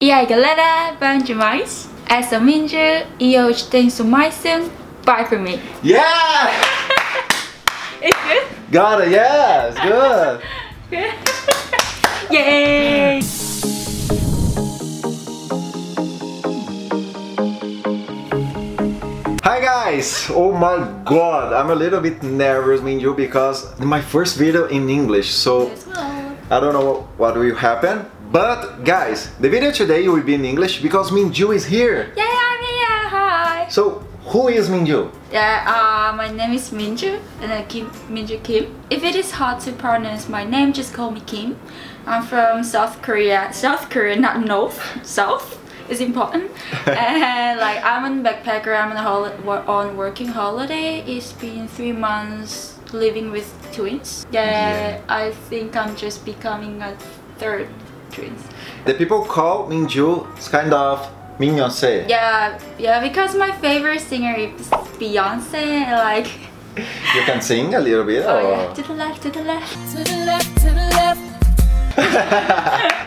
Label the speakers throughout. Speaker 1: E aí galera, bom demais? Essa é o Minju e hoje tem mais um Bye For Me.
Speaker 2: Yeah!
Speaker 1: It's good?
Speaker 2: Got it, yeah, it's good.
Speaker 1: Yay!
Speaker 2: Hi guys! Oh my god, I'm a little bit nervous, Minju, because my first video in English, so I don't know what will happen. But guys, the video today will be in English because Minju is here.
Speaker 1: Yay, I'm here! Hi!
Speaker 2: So, who is Minju?
Speaker 1: Yeah, uh, my name is Minju and I'm Kim, Minju Kim. If it is hard to pronounce my name, just call me Kim. I'm from South Korea. South Korea, not North. South is important. and like I'm a backpacker. I'm on a hol- wo- on working holiday. It's been three months living with twins. Yeah, I think I'm just becoming a third twins.
Speaker 2: The people call Minju, it's kind of Minyonse.
Speaker 1: Yeah, yeah. Because my favorite singer is Beyonce. Like,
Speaker 2: You can sing a little bit.
Speaker 1: oh
Speaker 2: or-
Speaker 1: yeah, to the left, to the left.
Speaker 3: To the left, to the left.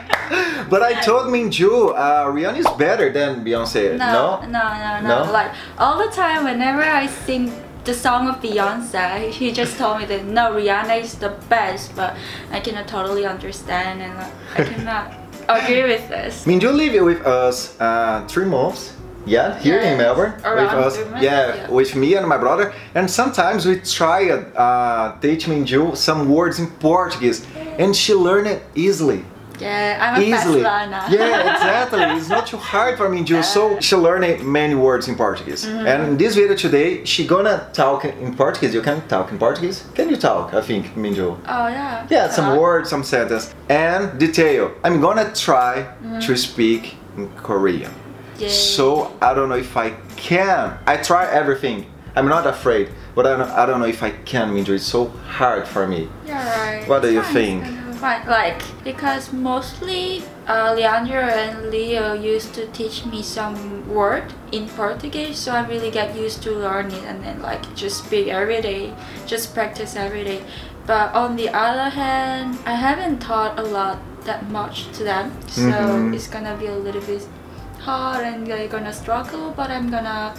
Speaker 2: But I told Minju, uh, Rihanna is better than Beyonce.
Speaker 1: No, no, no, no,
Speaker 2: No?
Speaker 1: Like all the time, whenever I sing the song of Beyonce, he just told me that no, Rihanna is the best, but I cannot totally understand and like, I cannot agree with this.
Speaker 2: Minju lived with us uh, three months. Yeah, here
Speaker 1: Yeah,
Speaker 2: in Melbourne with
Speaker 1: around
Speaker 2: us.
Speaker 1: three months,
Speaker 2: yeah,
Speaker 1: yeah.
Speaker 2: with me and my brother. And sometimes we try uh, teach Minju some words in Portuguese, and she learned it easily.
Speaker 1: Yeah, I'm a fast
Speaker 2: easily.
Speaker 1: learner.
Speaker 2: yeah, exactly. It's not too hard for Minju. So she learned many words in Portuguese.
Speaker 1: Mm-hmm.
Speaker 2: And in this video today, she gonna talk in Portuguese. You can talk in Portuguese. Can you talk? I think Minju.
Speaker 1: Oh yeah.
Speaker 2: Yeah,
Speaker 1: Uh,
Speaker 2: some words, some sentence, and detail. I'm gonna try
Speaker 1: Mm-hmm.
Speaker 2: to speak in Korean.
Speaker 1: yeah.
Speaker 2: So I don't know if I can. I try everything. I'm not afraid, but I don't, I don't know if I can. Minju, it's so hard for me.
Speaker 1: Yeah, right.
Speaker 2: What do
Speaker 1: It's
Speaker 2: you
Speaker 1: fine,
Speaker 2: think?
Speaker 1: it's kind of fine. Like because mostly uh, Leandro and Leo used to teach me some word in Portuguese, so I really get used to learn it and then like just speak every day, just practice every day. But on the other hand, I haven't taught a lot that much to them, so
Speaker 2: Mhm.
Speaker 1: it's gonna be a little bit hard and you're gonna struggle. But I'm gonna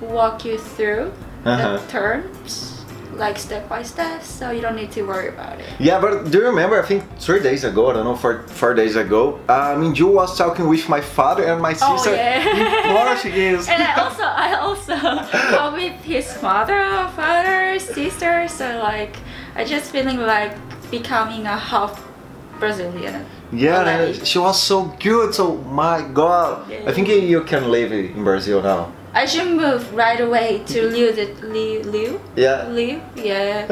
Speaker 1: walk you through
Speaker 2: Uh-huh.
Speaker 1: the terms like step by step so you don't need to worry about it
Speaker 2: Yeah, but do you remember? I think three days ago, I don't know, four, four days ago, uh, Minju was talking with my father and my
Speaker 1: Oh,
Speaker 2: sister
Speaker 1: yeah.
Speaker 2: in Portuguese.
Speaker 1: and i also i also talk with his mother father sister so like i just feeling like becoming a half brazilian
Speaker 2: Yeah,
Speaker 1: Already.
Speaker 2: she was so good. So my God, I think you- you can live in Brazil now.
Speaker 1: i should move right away to liu the liu liu
Speaker 2: Yeah.
Speaker 1: liu yeah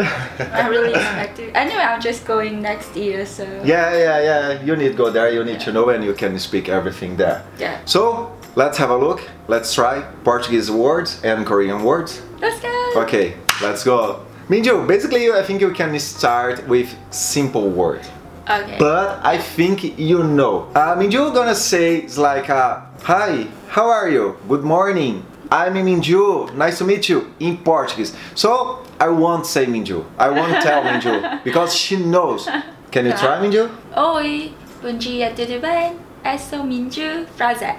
Speaker 1: i really expect it anyway i'm just going next year so
Speaker 2: Yeah, yeah, yeah. You need to go there. You need to know, and you can speak everything there.
Speaker 1: yeah
Speaker 2: So let's have a look. Let's try Portuguese words and Korean words.
Speaker 1: let's go
Speaker 2: Okay, let's go. Minju, basically, I think you can start with simple words,
Speaker 1: okay
Speaker 2: but I think you know. Uh, Minju gonna say it's like, uh, "Hi, how are you? Good morning. I'm Minju. Nice to meet you." In Portuguese. So I won't say Minju. I won't tell Minju because she knows. Can you try Minju?
Speaker 1: Oi, bom dia, tudo bem? Eu sou Minju Fraser.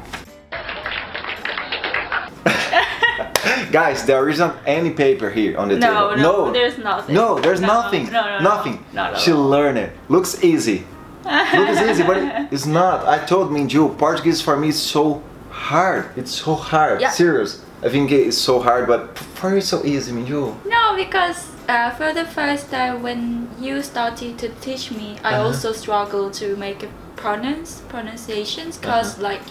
Speaker 2: Guys, there isn't any paper here on the
Speaker 1: No,
Speaker 2: table.
Speaker 1: no, there's nothing.
Speaker 2: No, there's
Speaker 1: No,
Speaker 2: nothing.
Speaker 1: no, no, no,
Speaker 2: nothing.
Speaker 1: no, no,
Speaker 2: she
Speaker 1: no.
Speaker 2: learned it. Looks easy. Looks easy, but it- it's not. I told Minju, Portuguese for me is so hard. It's so hard.
Speaker 1: Yeah.
Speaker 2: Serious. I think it's so hard, but for you it's so easy, Minju.
Speaker 1: No, because uh, for the first time when you started to teach me, I
Speaker 2: Uh-huh.
Speaker 1: also struggle to make a pronounce pronunciations
Speaker 2: Uh-huh.
Speaker 1: because like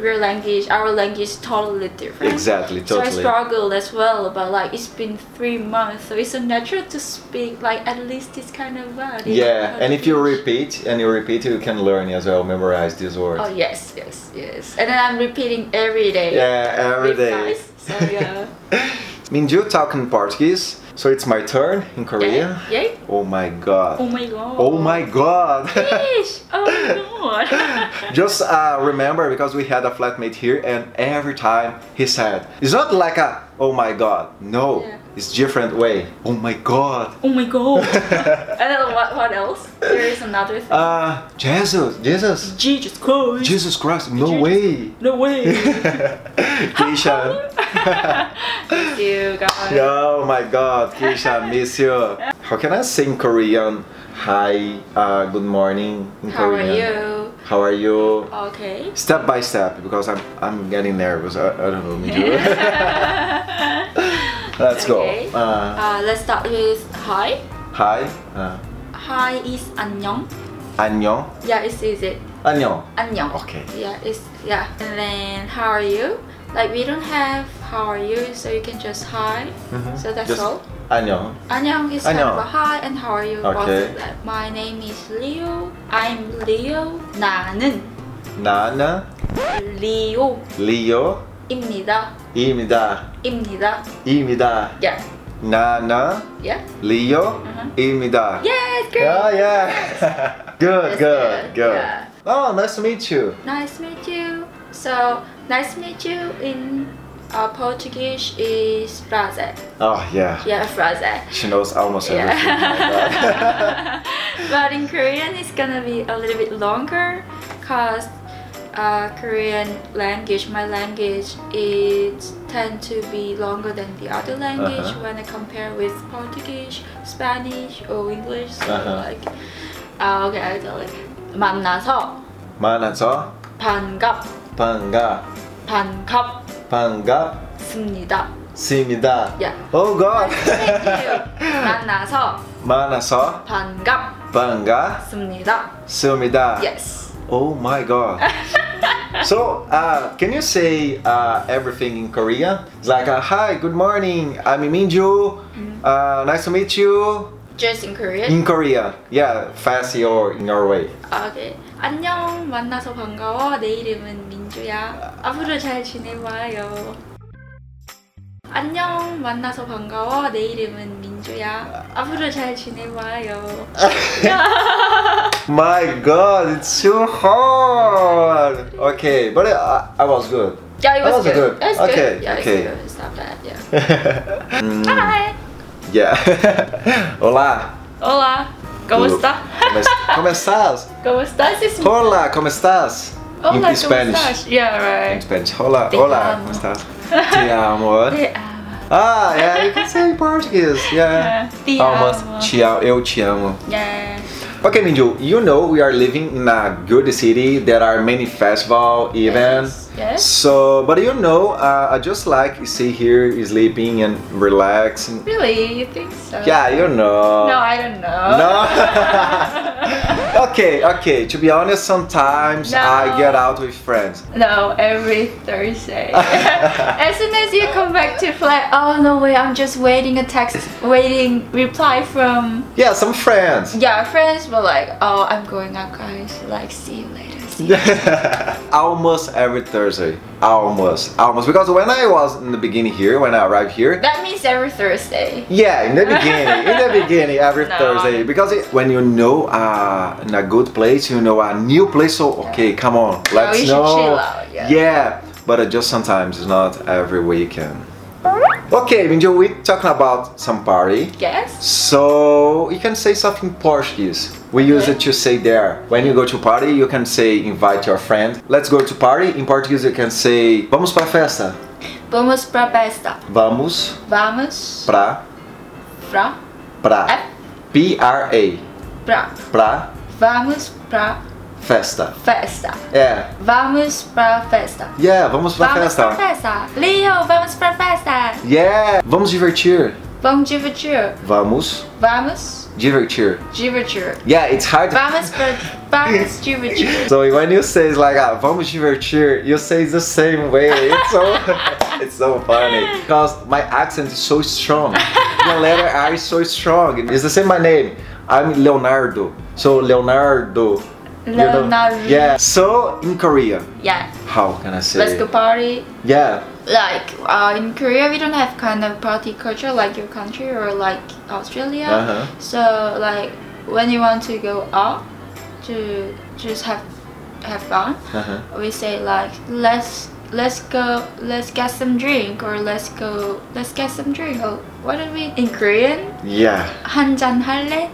Speaker 1: your language, our language is totally different.
Speaker 2: Exactly,
Speaker 1: So I
Speaker 2: totally.
Speaker 1: struggled as well, but like it's been three months, so it's natural to speak like at least this kind of word. in
Speaker 2: Yeah, and if you
Speaker 1: Portuguese.
Speaker 2: repeat and you repeat, you can learn as well, memorize these words.
Speaker 1: Oh yes, yes, yes, and then I'm repeating every day.
Speaker 2: Yeah, every
Speaker 1: With
Speaker 2: day.
Speaker 1: guys, so yeah.
Speaker 2: Minju talking Portuguese, so it's my turn in Korea.
Speaker 1: Yeah. yeah.
Speaker 2: Oh my god.
Speaker 1: Oh my god.
Speaker 2: Oh my god!
Speaker 1: Fish. Oh my god.
Speaker 2: Just uh, remember because we had a flatmate here, and every time he said, "It's not like a oh my god." No,
Speaker 1: Yeah.
Speaker 2: It's different way. Oh my god.
Speaker 1: Oh my god. and then what, what else? There is another thing.
Speaker 2: Uh, Jesus, Jesus,
Speaker 1: Jesus Christ.
Speaker 2: Jesus Christ. No
Speaker 1: Jesus.
Speaker 2: way.
Speaker 1: no way.
Speaker 2: Kishan.
Speaker 1: Thank you guys.
Speaker 2: Oh my god, Kishan, miss you. How can I say in Korean? Hi, uh, good morning in
Speaker 1: How are
Speaker 2: Korean.
Speaker 1: you?
Speaker 2: How are you?
Speaker 1: Okay.
Speaker 2: Step by step because I'm I'm getting nervous. I, I don't know. Minju. Let's
Speaker 1: Okay.
Speaker 2: go. Uh,
Speaker 1: Uh, let's start with hi.
Speaker 2: hi. Uh,
Speaker 1: Hi is 안녕.
Speaker 2: 안녕.
Speaker 1: Yeah, it's easy.
Speaker 2: 안녕.
Speaker 1: 안녕.
Speaker 2: Okay.
Speaker 1: Yeah, it's yeah. And then how are you? Like we don't have how are you, so you can just hi. Mm-hmm. So that's
Speaker 2: Mm-hmm. Just
Speaker 1: all.
Speaker 2: 안녕.
Speaker 1: 안녕 is kind
Speaker 2: 안녕.
Speaker 1: of a hi and how are you?
Speaker 2: Okay.
Speaker 1: Both of that. My name is Leo. I'm Leo. 나는
Speaker 2: 나는
Speaker 1: Leo입니다.
Speaker 2: 리오입니다.
Speaker 1: 입니다.
Speaker 2: 입니다.
Speaker 1: Yeah.
Speaker 2: 나는
Speaker 1: Yeah.
Speaker 2: 리오입니다.
Speaker 1: Yes, Mm-hmm. girl.
Speaker 2: Yeah, yeah. good,
Speaker 1: That's
Speaker 2: good,
Speaker 1: good,
Speaker 2: good.
Speaker 1: yeah.
Speaker 2: Oh, nice to meet you.
Speaker 1: Nice meet you. So nice meet you in uh, Portuguese is frase.
Speaker 2: Oh, yeah.
Speaker 1: Yeah, frase.
Speaker 2: She knows almost
Speaker 1: Yeah.
Speaker 2: everything.
Speaker 1: but in Korean, it's gonna be a little bit longer because uh, Korean language, my language, it tend to be longer than the other language
Speaker 2: Uh-huh.
Speaker 1: when I compare with Portuguese, Spanish, or English. So
Speaker 2: Uh-huh.
Speaker 1: like, uh, okay, I tell it. 만나서
Speaker 2: 만나서
Speaker 1: 반갑
Speaker 2: 반가
Speaker 1: 반갑습니다.
Speaker 2: 반갑습니다.
Speaker 1: Yeah.
Speaker 2: Oh God.
Speaker 1: Thank you. 만나서
Speaker 2: 만나서
Speaker 1: 반갑습니다.
Speaker 2: 반갑습니다.
Speaker 1: Yes.
Speaker 2: Oh my God. so, uh, can you say uh, everything in Korean? It's like, uh, hi, good morning. I'm Minju.
Speaker 1: Mm-hmm.
Speaker 2: Uh, nice to meet you.
Speaker 1: Just in Korean.
Speaker 2: In Korea, yeah, fast or in Norway.
Speaker 1: 아, 네. 안녕, 만나서 반가워. 내 이름은 민주야. 앞으로 잘 지내봐요. 안녕, 만나서 반가워. 내 이름은 민주야. 앞으로 잘 지내봐요.
Speaker 2: My God, it's so hard. Okay, but uh, I, I was good.
Speaker 1: Yeah, it
Speaker 2: That
Speaker 1: was
Speaker 2: was
Speaker 1: good.
Speaker 2: good.
Speaker 1: That was
Speaker 2: Okay,
Speaker 1: good. Yeah, it's
Speaker 2: okay.
Speaker 1: good. It's not bad. Yeah.
Speaker 2: 음.
Speaker 1: Hi.
Speaker 2: Mm, Yeah. Olá.
Speaker 1: Hola.
Speaker 2: 음.
Speaker 1: ¿Cómo está?
Speaker 2: Como es- como estás?
Speaker 1: ¿Cómo estás? It's me.
Speaker 2: Hola, como estás?
Speaker 1: Hola,
Speaker 2: in
Speaker 1: ¿cómo
Speaker 2: Spanish.
Speaker 1: estás? Yeah,
Speaker 2: In
Speaker 1: right.
Speaker 2: Spanish. Hola,
Speaker 1: Te
Speaker 2: hola,
Speaker 1: amo.
Speaker 2: como estás? Te amo.
Speaker 1: Te amo.
Speaker 2: Ah, yeah, you can say in Portuguese. Yeah.
Speaker 1: Te
Speaker 2: Almost.
Speaker 1: amo.
Speaker 2: Te amo. Eu te amo.
Speaker 1: Yeah.
Speaker 2: Okay, Minju, you know we are living in a good city. There are many festival events.
Speaker 1: yes.
Speaker 2: So, but you know, uh, I just like stay here, sleeping and relaxing.
Speaker 1: Really? You think so?
Speaker 2: Yeah, you know.
Speaker 1: No, I don't know.
Speaker 2: No. okay, okay. To be honest, sometimes
Speaker 1: No.
Speaker 2: I get out with friends.
Speaker 1: No, every Thursday. as soon as you come back to flat, oh no way, I'm just waiting a text, waiting reply from
Speaker 2: Yeah, some friends.
Speaker 1: yeah friends. But like, oh, I'm going out, guys. Like, see you later. See you.
Speaker 2: almost every Thursday. Almost, almost. Because when I was in the beginning here, when I arrived here,
Speaker 1: That means every Thursday.
Speaker 2: Yeah, in the beginning, in the beginning, every
Speaker 1: No.
Speaker 2: Thursday, because it, when you know uh, in a good place, you know a new place. So okay, come on, let's
Speaker 1: you should
Speaker 2: know.
Speaker 1: chill out, yeah.
Speaker 2: but uh, just sometimes it's not every weekend. Okay, Minju, we talking about some party.
Speaker 1: Yes.
Speaker 2: So you can say something in Portuguese. We use
Speaker 1: Okay.
Speaker 2: it to say there. When you go to party, you can say invite your friend. Let's go to party. In Portuguese, you can say vamos pra festa.
Speaker 1: Vamos pra festa.
Speaker 2: Vamos
Speaker 1: Vamos
Speaker 2: pra
Speaker 1: pra
Speaker 2: pra
Speaker 1: F
Speaker 2: P R A.
Speaker 1: pra.
Speaker 2: pra
Speaker 1: Vamos pra
Speaker 2: festa.
Speaker 1: festa.
Speaker 2: É,
Speaker 1: Vamos pra festa.
Speaker 2: yeah, vamos pra
Speaker 1: Vamos
Speaker 2: festa.
Speaker 1: pra festa. Leo, vamos pra festa.
Speaker 2: Yeah, vamos divertir.
Speaker 1: Vamos divertir.
Speaker 2: Vamos
Speaker 1: Vamos
Speaker 2: divertir.
Speaker 1: divertir.
Speaker 2: Yeah, it's hard.
Speaker 1: Vamos pra vamos divertir.
Speaker 2: So when you say it's like ah, vamos divertir, you say it the same way. It's so it's so funny because my accent is so strong. The letter R is so strong. It's the same my name. I'm Leonardo. So Leonardo. you know?
Speaker 1: Leonardo.
Speaker 2: Yeah. So in Korea,
Speaker 1: Yeah.
Speaker 2: how can I say?
Speaker 1: Let's go party.
Speaker 2: Yeah.
Speaker 1: Like uh, in Korea, we don't have kind of party culture like your country or like Australia.
Speaker 2: Uh-huh.
Speaker 1: So like when you want to go out to just have have fun,
Speaker 2: Uh-huh.
Speaker 1: we say like let's let's go let's get some drink or let's go let's get some drink or what do we in Korean
Speaker 2: Yeah.
Speaker 1: 한 잔 할래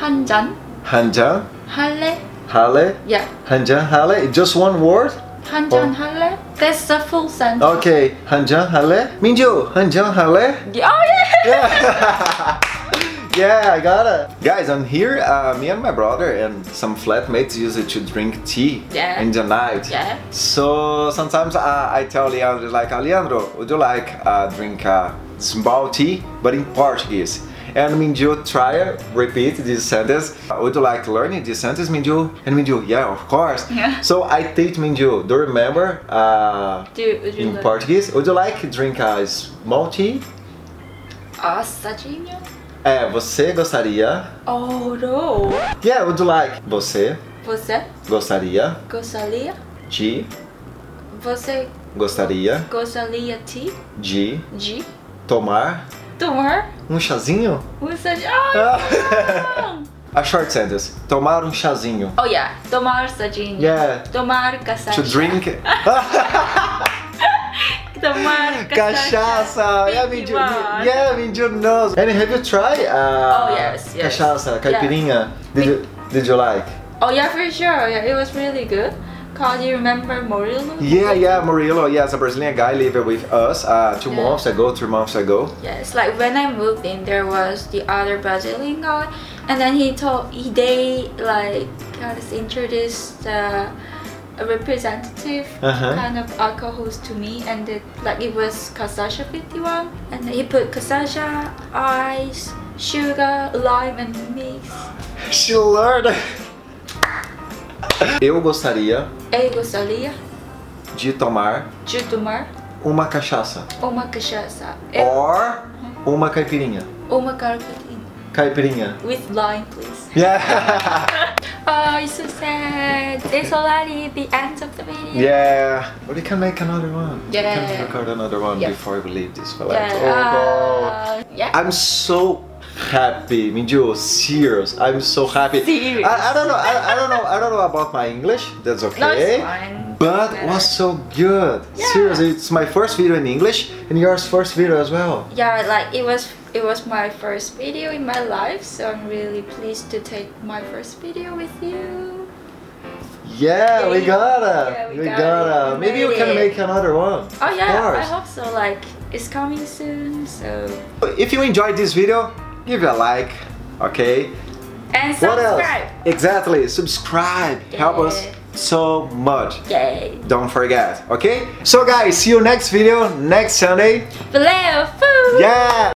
Speaker 1: 한 잔
Speaker 2: Hanjan,
Speaker 1: 할래
Speaker 2: hale,
Speaker 1: yeah
Speaker 2: hanjan, hale. Just one word.
Speaker 1: 한 잔
Speaker 2: Oh.
Speaker 1: 할래 that's the full sentence
Speaker 2: Okay, hanjan, hale. Minju, hanjan, hale.
Speaker 1: Yeah, oh yeah
Speaker 2: Yeah. yeah, I got it. Guys, I'm here. Uh, me and my brother and some flatmates used to drink tea
Speaker 1: Yeah.
Speaker 2: in the night.
Speaker 1: Yeah.
Speaker 2: So sometimes uh, I tell Leandro, like, Leandro, would you like uh, drink uh, small tea, but in Portuguese? And Minju try repeat this sentence. Uh, Would you like learning this sentence, Minju? And Minju, yeah, of course.
Speaker 1: Yeah.
Speaker 2: So I teach Minju. Do you remember uh,
Speaker 1: do would you
Speaker 2: in
Speaker 1: like
Speaker 2: Portuguese? Would you like drink a small tea?
Speaker 1: ah sardinha
Speaker 2: É, você gostaria?
Speaker 1: oh no
Speaker 2: Yeah, would you like? Você
Speaker 1: você
Speaker 2: gostaria
Speaker 1: gostaria
Speaker 2: de
Speaker 1: você
Speaker 2: gostaria
Speaker 1: gostaria de
Speaker 2: de
Speaker 1: de
Speaker 2: tomar
Speaker 1: tomar
Speaker 2: um chazinho?
Speaker 1: um sardinha oh,
Speaker 2: Ah. a short sentence. Tomar um chazinho.
Speaker 1: oh yeah tomar sardinha
Speaker 2: Yeah.
Speaker 1: tomar caçar
Speaker 2: To drink Ah,
Speaker 1: Tomar
Speaker 2: cachaça. Yeah, Minju.
Speaker 1: Fifty-one.
Speaker 2: Yeah, Minju knows. And have you tried? Uh,
Speaker 1: Oh, yes, yes.
Speaker 2: Cachaça, caipirinha. Did you Did you like?
Speaker 1: Oh yeah, for sure. Yeah, it was really good. Cause you remember Morillo?
Speaker 2: Yeah, yeah, Murilo. Yes, a Brazilian guy lived with us uh, two
Speaker 1: Yeah.
Speaker 2: months ago, three months ago.
Speaker 1: Yes, like when I moved in, there was the other Brazilian guy, and then he told he they like kind of introduced uh, a representative
Speaker 2: Uh-huh.
Speaker 1: kind of alcohols to me, and it, like it was cassasha 51, and he put cassasha, ice, sugar, lime, and mix.
Speaker 2: She learned. Eu gostaria
Speaker 1: Eu gostaria
Speaker 2: de tomar
Speaker 1: de tomar
Speaker 2: uma cachaça.
Speaker 1: uma cachaça. Eu-
Speaker 2: Or uma caipirinha.
Speaker 1: Uma carpetinha.
Speaker 2: Caipirinha.
Speaker 1: With lime, please.
Speaker 2: Yeah.
Speaker 1: Oh, it's so sad. It's already the end of the video.
Speaker 2: yeah. But we can make another one. We
Speaker 1: Yeah.
Speaker 2: can record another one
Speaker 1: Yeah.
Speaker 2: before we leave this flat.
Speaker 1: Yeah.
Speaker 2: Oh, God.
Speaker 1: uh, yeah.
Speaker 2: I'm so happy, Minju. Serious, I'm so happy.
Speaker 1: Serious.
Speaker 2: I, I don't know. I, I don't know. I don't know about my English. That's okay.
Speaker 1: No, it's fine.
Speaker 2: But was so good.
Speaker 1: Yeah.
Speaker 2: Seriously, it's my first video in English and yours first video as well.
Speaker 1: Yeah, like it was it was my first video in my life, so I'm really pleased to take my first video with you.
Speaker 2: Yeah, we
Speaker 1: Yeah,
Speaker 2: gotta.
Speaker 1: yeah, we
Speaker 2: we
Speaker 1: got it.
Speaker 2: gotta.
Speaker 1: We
Speaker 2: Maybe you
Speaker 1: made
Speaker 2: can
Speaker 1: it.
Speaker 2: make another one.
Speaker 1: Oh
Speaker 2: of
Speaker 1: yeah, I
Speaker 2: course.
Speaker 1: hope so. Like it's coming soon, so
Speaker 2: If you enjoyed this video, give it a like. Okay.
Speaker 1: and
Speaker 2: What else?
Speaker 1: subscribe.
Speaker 2: Exactly. Subscribe. Help us
Speaker 1: Yeah.
Speaker 2: so much.
Speaker 1: Yay!
Speaker 2: don't forget okay so guys see you next video next sunday
Speaker 1: Valeo food.
Speaker 2: yeah